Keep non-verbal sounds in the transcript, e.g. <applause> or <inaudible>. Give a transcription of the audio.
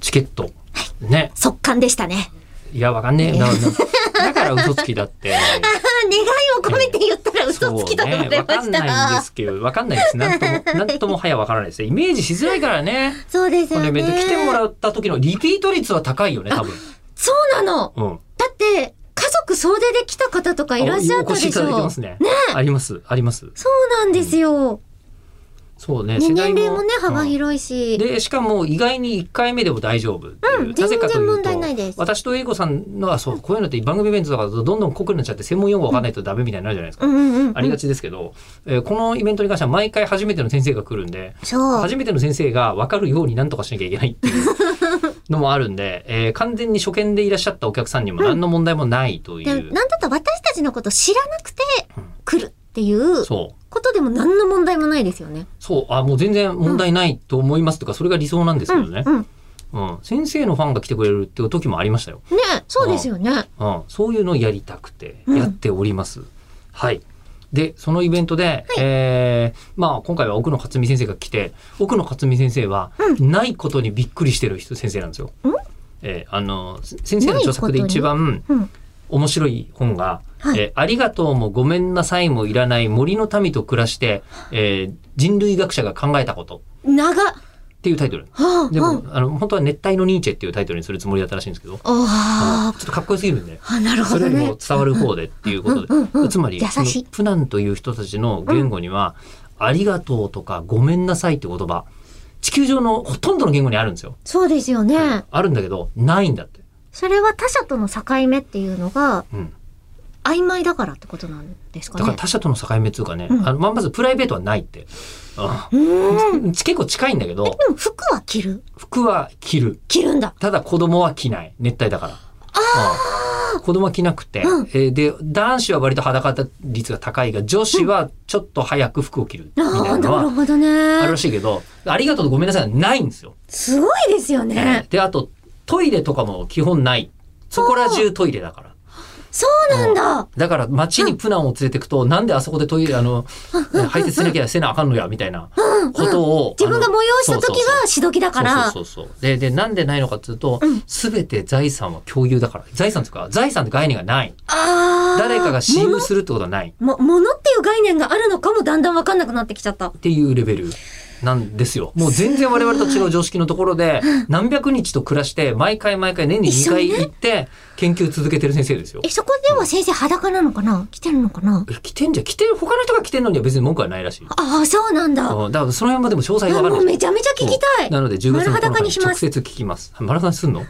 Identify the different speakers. Speaker 1: チケット。ね。
Speaker 2: 速乾でしたね。
Speaker 1: いや、わかんねえ。だだから嘘つきだって。
Speaker 2: あー <laughs> 願いを込めて言ったら <laughs> 嘘つきと
Speaker 1: そう
Speaker 2: 言わ
Speaker 1: ね。
Speaker 2: れ
Speaker 1: わ
Speaker 2: ま
Speaker 1: か
Speaker 2: し
Speaker 1: んないん
Speaker 2: た
Speaker 1: で。すけど、わかんないです。なんとも、なんともはやわからないですね。イメージしづらいからね。
Speaker 2: そうです
Speaker 1: こ
Speaker 2: よ
Speaker 1: のイ
Speaker 2: ね。
Speaker 1: ベント来てもらった時のリピート率は高いよね、多分。
Speaker 2: そうなの。
Speaker 1: うん。
Speaker 2: だって、家族総出で来た方とかいらっしゃった
Speaker 1: お
Speaker 2: で
Speaker 1: 越しい
Speaker 2: した
Speaker 1: だいて
Speaker 2: ょ
Speaker 1: ま。すね。あります、あります。
Speaker 2: そうなんですよ。
Speaker 1: そうね。
Speaker 2: ね
Speaker 1: 世代
Speaker 2: 年齢もね、幅
Speaker 1: うん
Speaker 2: 広いし。
Speaker 1: で、しかも意外に1回目でも大丈夫っていう。
Speaker 2: うん
Speaker 1: なぜかというと
Speaker 2: 全然問題ないです
Speaker 1: 私と英子さんのは、そう、こういうのって番組イベントだからどんどん濃くなっちゃって専門用語わかんないとダメみたいになるじゃないですか。
Speaker 2: うんうんうん。
Speaker 1: ありがちですけど、えーこのイベントに関しては毎回初めての先生が来るんで、
Speaker 2: そう。
Speaker 1: 初めての先生が分かるように何とかしなきゃいけないっていうのもあるんで、えー完全に初見でいらっしゃったお客さんにも何の問題もないとい
Speaker 2: で
Speaker 1: う。
Speaker 2: なんだったら私たちのこと知らなくて来るっていう
Speaker 1: そう。
Speaker 2: ことでも何の問題もないですよね。
Speaker 1: そう、あ、もう全然問題ないと思いますとか、それが理想なんです
Speaker 2: う
Speaker 1: け
Speaker 2: ん、
Speaker 1: どね。
Speaker 2: うん。ね
Speaker 1: うん。先生のファンが来てくれるっていう時もありましたよ。
Speaker 2: そうですよね。
Speaker 1: うん、そういうのをやりたくて
Speaker 2: うん
Speaker 1: やっております。はい。で、そのイベントで、えーまあ今回は奥野克美先生が来て、奥野克美先生は、ないことにびっくりしてる人先生なんですよ。
Speaker 2: うん
Speaker 1: えーあの、せ先生の著作で一番
Speaker 2: うん。
Speaker 1: 面白い本が、
Speaker 2: はい
Speaker 1: えーありがとうもごめんなさいもいらない森の民と暮らして、えー人類学者が考えたこと
Speaker 2: 長っ。
Speaker 1: っていうタイトル。
Speaker 2: あ
Speaker 1: で
Speaker 2: あ
Speaker 1: も、あの、本当は熱帯のニーチェっていうタイトルにするつもりだったらしいんですけど、あ
Speaker 2: あ
Speaker 1: のちょっとかっこよすぎるんで、
Speaker 2: あ、なるほ
Speaker 1: そ
Speaker 2: ど
Speaker 1: れより
Speaker 2: ね
Speaker 1: も。伝わる方でっていうことで、
Speaker 2: うんうんうん
Speaker 1: つまり
Speaker 2: 優
Speaker 1: その
Speaker 2: しい
Speaker 1: プナンという人たちの言語には、ありがとうとかごめんなさいって言葉地球上のほとんどの言語にあるんですよ、
Speaker 2: そうですよね。
Speaker 1: あるんだけどないんだって、
Speaker 2: それは他者との境目っていうのが
Speaker 1: うん、
Speaker 2: 曖昧だからってことなんですか
Speaker 1: だから
Speaker 2: ね。
Speaker 1: 他者との境目っていうかね、
Speaker 2: うん
Speaker 1: あのまあまずプライベートはないって、
Speaker 2: う
Speaker 1: う
Speaker 2: ーん。
Speaker 1: ん、結構近いんだけど
Speaker 2: でも服は着る
Speaker 1: 服は着る
Speaker 2: 着るんだ。
Speaker 1: ただ子供は着ない熱帯だから。うん子供は着なくて、
Speaker 2: うん
Speaker 1: えーで男子は割と裸率が高いが女子はちょっと早く服を着るみたい
Speaker 2: ああ、
Speaker 1: なの
Speaker 2: な
Speaker 1: は
Speaker 2: るほど
Speaker 1: あるら
Speaker 2: ね。
Speaker 1: しいけど、ありがとうとごめんなさいはないんですよ。
Speaker 2: すごいですよね。
Speaker 1: で、あと、トイレとかも基本ない。そこら中トイレだから。
Speaker 2: そうなんだ。
Speaker 1: だから街にプナンを連れてくと、なんであそこでトイレ、あの、排泄しなきゃせなあかんのや、みたいなことを。
Speaker 2: 自分が
Speaker 1: あの
Speaker 2: 催した時がしどきだから
Speaker 1: そ。うそうそうそうそうそうで、で、なんでないのかっていうと
Speaker 2: うん、
Speaker 1: すべて財産は共有だから。財産というか、財産って概念がない。
Speaker 2: ああ。
Speaker 1: 誰かが私有するってことはない。
Speaker 2: も、物っていう概念があるのかもだんだんわかんなくなってきちゃった。
Speaker 1: っていうレベルなんですよ。もう全然我々と違う常識のところ
Speaker 2: <laughs>
Speaker 1: で、何百日と暮らして、毎回毎回年に2回
Speaker 2: 一緒にね
Speaker 1: 行って、研究続けてる先生ですよ
Speaker 2: え、。そこでは先生裸なのかな着てるのかない
Speaker 1: や来てんじゃん、来てる、他の人が来てんのには別に文句はないらしい。
Speaker 2: ああ、そうなんだ。
Speaker 1: うんだからその辺までも詳細わか
Speaker 2: あも
Speaker 1: ら
Speaker 2: う
Speaker 1: ない。
Speaker 2: めちゃめちゃ聞きたい。
Speaker 1: なので10月の
Speaker 2: 丸裸
Speaker 1: に
Speaker 2: にしま
Speaker 1: 直
Speaker 2: す
Speaker 1: 接聞きます。丸裸にすんの